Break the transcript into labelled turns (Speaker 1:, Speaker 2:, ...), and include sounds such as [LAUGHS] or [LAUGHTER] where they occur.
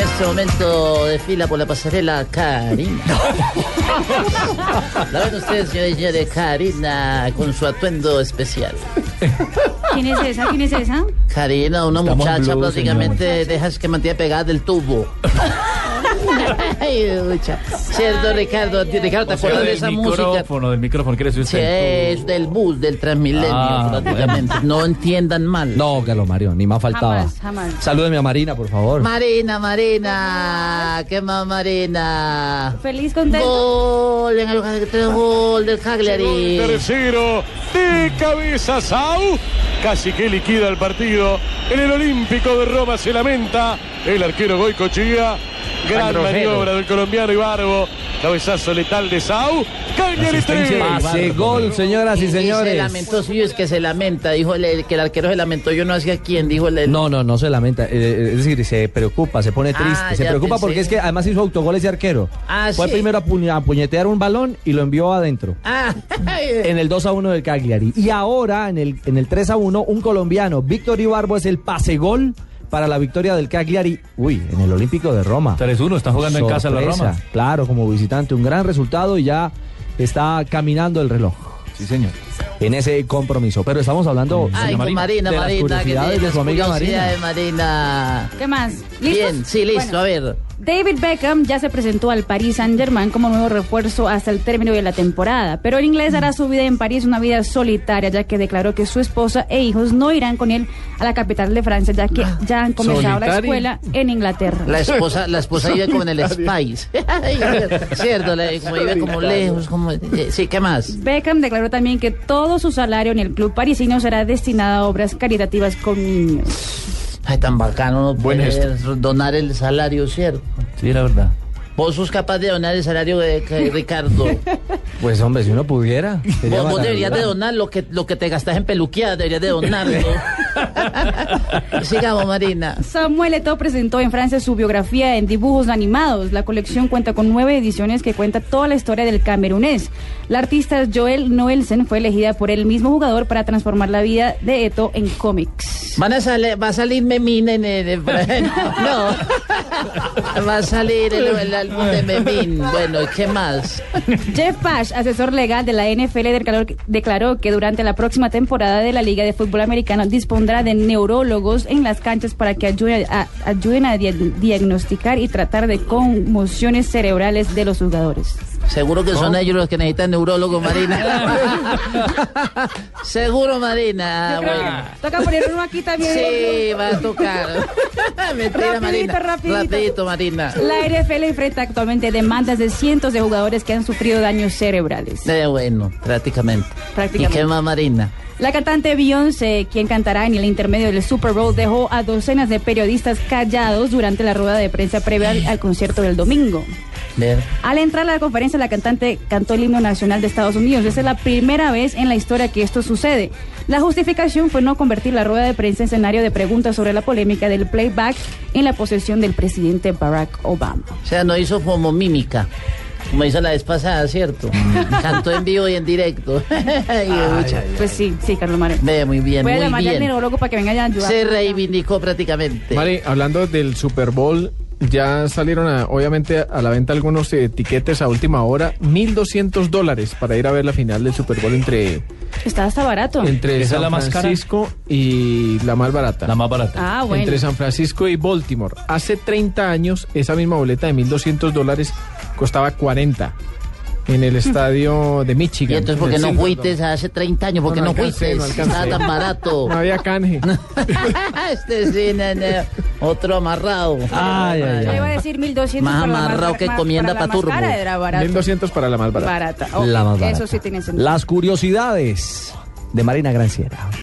Speaker 1: este momento desfila por la pasarela Karina. La ven ustedes, señores y señores, Karina, con su atuendo especial.
Speaker 2: ¿Quién es esa? ¿Quién es esa?
Speaker 1: Karina, una
Speaker 3: Estamos
Speaker 1: muchacha
Speaker 3: blue,
Speaker 1: prácticamente dejas que mantiene pegada del
Speaker 3: [LAUGHS]
Speaker 1: tubo. Ay, ducha. ¿Cierto, Ricardo? ¿A ti, Ricardo, ¿te
Speaker 3: O sea,
Speaker 1: acuerdas de
Speaker 3: del
Speaker 1: esa música?
Speaker 3: micrófono, del micrófono, ¿qué le
Speaker 1: Sí,
Speaker 3: usted?
Speaker 1: es del bus, del Transmilenio,
Speaker 3: Ah,
Speaker 1: prácticamente. No entiendan mal.
Speaker 4: No, Galo Mario, ni más faltaba.
Speaker 2: Jamás, jamás.
Speaker 4: Salúdeme a Marina, por favor.
Speaker 1: Marina, Marina, ¿qué más, Marina?
Speaker 2: Feliz, contento.
Speaker 1: Gol, en el tres gol del Cagliari.
Speaker 5: Tercero de cabeza Sau. Casi que liquida el partido. En el Olímpico de Roma se lamenta el arquero Goico Chía. Gran maniobra del colombiano Ibarbo. Cabezazo letal de Sau. Cagliari
Speaker 3: Asistencia
Speaker 5: 3.
Speaker 3: de Ibarbo.
Speaker 4: Pase gol, señoras y
Speaker 1: Y Se
Speaker 4: Ah, señores.
Speaker 1: lamentó, sí, es que se lamenta. Dijo el, el que el arquero se lamentó. Yo no hacía quién, dijo el. el-
Speaker 4: No, no, no se lamenta. eh, es decir, se preocupa, se pone
Speaker 1: Ah,
Speaker 4: triste. se
Speaker 1: ya
Speaker 4: preocupa
Speaker 1: pensé.
Speaker 4: porque es que además hizo autogol ese arquero.
Speaker 1: Ah,
Speaker 4: Fue el
Speaker 1: sí.
Speaker 4: primero a, puñ- a puñetear un balón y lo envió adentro.
Speaker 1: Ah, [LAUGHS]
Speaker 4: En el 2 a 1 del Cagliari. Y ahora, en el, en el 3 a 1, un colombiano, Víctor Ibarbo, es el pase gol para la victoria del Cagliari. Uy, en el Olímpico de Roma.
Speaker 3: 3-1, está jugando en casa la
Speaker 4: Sorpresa,
Speaker 3: Roma.
Speaker 4: Claro, como visitante, un gran resultado y ya está caminando el reloj
Speaker 3: Sí, señor.
Speaker 4: en ese compromiso. Pero estamos hablando
Speaker 1: Ay,
Speaker 3: Doña
Speaker 1: con Marina,
Speaker 4: Marina. De las
Speaker 1: Marina, que
Speaker 4: curiosidades
Speaker 1: tiene
Speaker 4: de su
Speaker 1: las
Speaker 4: amiga Marina.
Speaker 1: curiosidades, Marina.
Speaker 2: ¿Qué más? ¿Listos?
Speaker 1: Bien, sí, listo,
Speaker 2: Bueno,
Speaker 1: a ver.
Speaker 2: David Beckham ya se presentó al Paris Saint-Germain como nuevo refuerzo hasta el término de la temporada, pero el inglés hará su vida en París una vida solitaria, ya que declaró que su esposa e hijos no irán con él a la capital de Francia, ya que ya han comenzado la
Speaker 3: Solitario.
Speaker 2: escuela en Inglaterra.
Speaker 1: La esposa, la esposa vive como en
Speaker 4: [LAUGHS]
Speaker 1: el Spice. [LAUGHS] Cierto, la- como vive como lejos, como. eh, Sí, ¿qué más?
Speaker 2: Beckham declaró también que todo su salario en el club parisino será destinado a obras caritativas con niños.
Speaker 1: Ay, tan bacano no
Speaker 3: Buen
Speaker 1: poder donar el salario, ¿cierto?
Speaker 3: Sí, la verdad.
Speaker 1: Vos sos capaz de donar el salario de de
Speaker 4: [LAUGHS]
Speaker 1: Ricardo.
Speaker 4: Pues hombre, si uno pudiera. sería
Speaker 1: Vos, vos deberías de
Speaker 4: maravilloso.
Speaker 1: donar lo que, lo que te gastas en peluqueada, deberías de donarlo.
Speaker 2: [LAUGHS]
Speaker 1: Sigamos, Marina.
Speaker 2: Samuel Eto'o presentó en Francia su biografía en dibujos animados. La colección cuenta con nueve ediciones que cuenta toda la historia del camerunés. La artista Joel Noelsen fue elegida por el mismo jugador para transformar la vida de Eto'o en
Speaker 1: [LAUGHS]
Speaker 2: cómics.
Speaker 1: Van a sale- va a salir Memín en el...
Speaker 2: [LAUGHS]
Speaker 1: en- no, va a salir el, el álbum de Memín. Bueno, ¿y ¿qué más?
Speaker 2: Jeff Pash, asesor legal de la NFL, declaró, declaró que durante la próxima temporada de la Liga de Fútbol Americano dispondrá de neurólogos en las canchas para que ayude a- ayuden a dia- diagnosticar y tratar de conmociones cerebrales de los jugadores.
Speaker 1: Seguro que son ellos los que necesitan neurólogo,
Speaker 2: [LAUGHS]
Speaker 1: Marina. Seguro, Marina.
Speaker 2: Yo creo que
Speaker 1: Ah, Bueno.
Speaker 2: Toca poner uno aquí también.
Speaker 1: Sí, va a
Speaker 2: [LAUGHS]
Speaker 1: tocar. Mentira,
Speaker 2: Rapidito,
Speaker 1: Marina.
Speaker 2: rapidito.
Speaker 1: Rapidito, Marina.
Speaker 2: La NFL enfrenta actualmente demandas de cientos de jugadores que han sufrido daños cerebrales.
Speaker 1: Eh, bueno, prácticamente.
Speaker 2: Prácticamente.
Speaker 1: ¿Y qué más, Marina?
Speaker 2: La cantante Beyoncé, quien cantará en el intermedio del Super Bowl, dejó a docenas de periodistas callados durante la rueda de prensa previa al, al concierto del domingo.
Speaker 1: Ver.
Speaker 2: Al entrar a la conferencia, la cantante cantó el himno nacional de Estados Unidos. Esa es la primera vez en la historia que esto sucede. La justificación fue no convertir la rueda de prensa en escenario de preguntas sobre la polémica del playback en la posesión del presidente Barack Obama.
Speaker 1: O sea, no hizo como mímica. Como hizo la vez pasada, ¿cierto? [LAUGHS] Cantó en vivo y en directo. [LAUGHS] Ay, pucha.
Speaker 2: Pues sí, sí, Carlos Mario.
Speaker 1: Ve, muy bien,
Speaker 2: Voy a
Speaker 1: muy
Speaker 2: llamar al
Speaker 1: bien.
Speaker 2: neurólogo para que venga a ayudar.
Speaker 1: Se reivindicó prácticamente.
Speaker 6: Mari, hablando del Super Bowl, ya salieron a- obviamente a la venta algunos eh, tiquetes a última hora, 1.200 dólares para ir a ver la final del Super Bowl entre,
Speaker 2: Está hasta barato.
Speaker 6: entre
Speaker 3: ¿Esa es
Speaker 6: San
Speaker 3: la más cara?
Speaker 6: Francisco y la más barata.
Speaker 3: La más barata.
Speaker 2: Ah, bueno.
Speaker 6: Entre San Francisco y Baltimore. Hace 30 años esa misma boleta de 1.200 dólares costaba 40 en el estadio de Michigan.
Speaker 1: Y entonces, ¿por qué
Speaker 6: En el
Speaker 1: no
Speaker 6: Silver
Speaker 1: fuiste hace 30 años? ¿Por qué
Speaker 6: No,
Speaker 1: no,
Speaker 6: no
Speaker 1: fuiste?
Speaker 6: alcancé, no alcancé.
Speaker 1: Estaba tan barato.
Speaker 6: Dome. No había canje.
Speaker 1: [LAUGHS] este sí, nene. Otro amarrado.
Speaker 4: Ay, ay,
Speaker 2: Yo
Speaker 4: ay.
Speaker 2: iba a decir 1200
Speaker 1: Más
Speaker 2: para la
Speaker 1: amarrado
Speaker 2: más-
Speaker 1: que
Speaker 2: más-
Speaker 1: comienda
Speaker 2: para la
Speaker 1: pa'
Speaker 2: más
Speaker 1: turbo.
Speaker 2: cara, era barato.
Speaker 6: 1.200 para la más barata.
Speaker 2: barata. Ok,
Speaker 4: La más barata.
Speaker 2: Eso sí tiene sentido.
Speaker 4: Las curiosidades de Marina Granciera.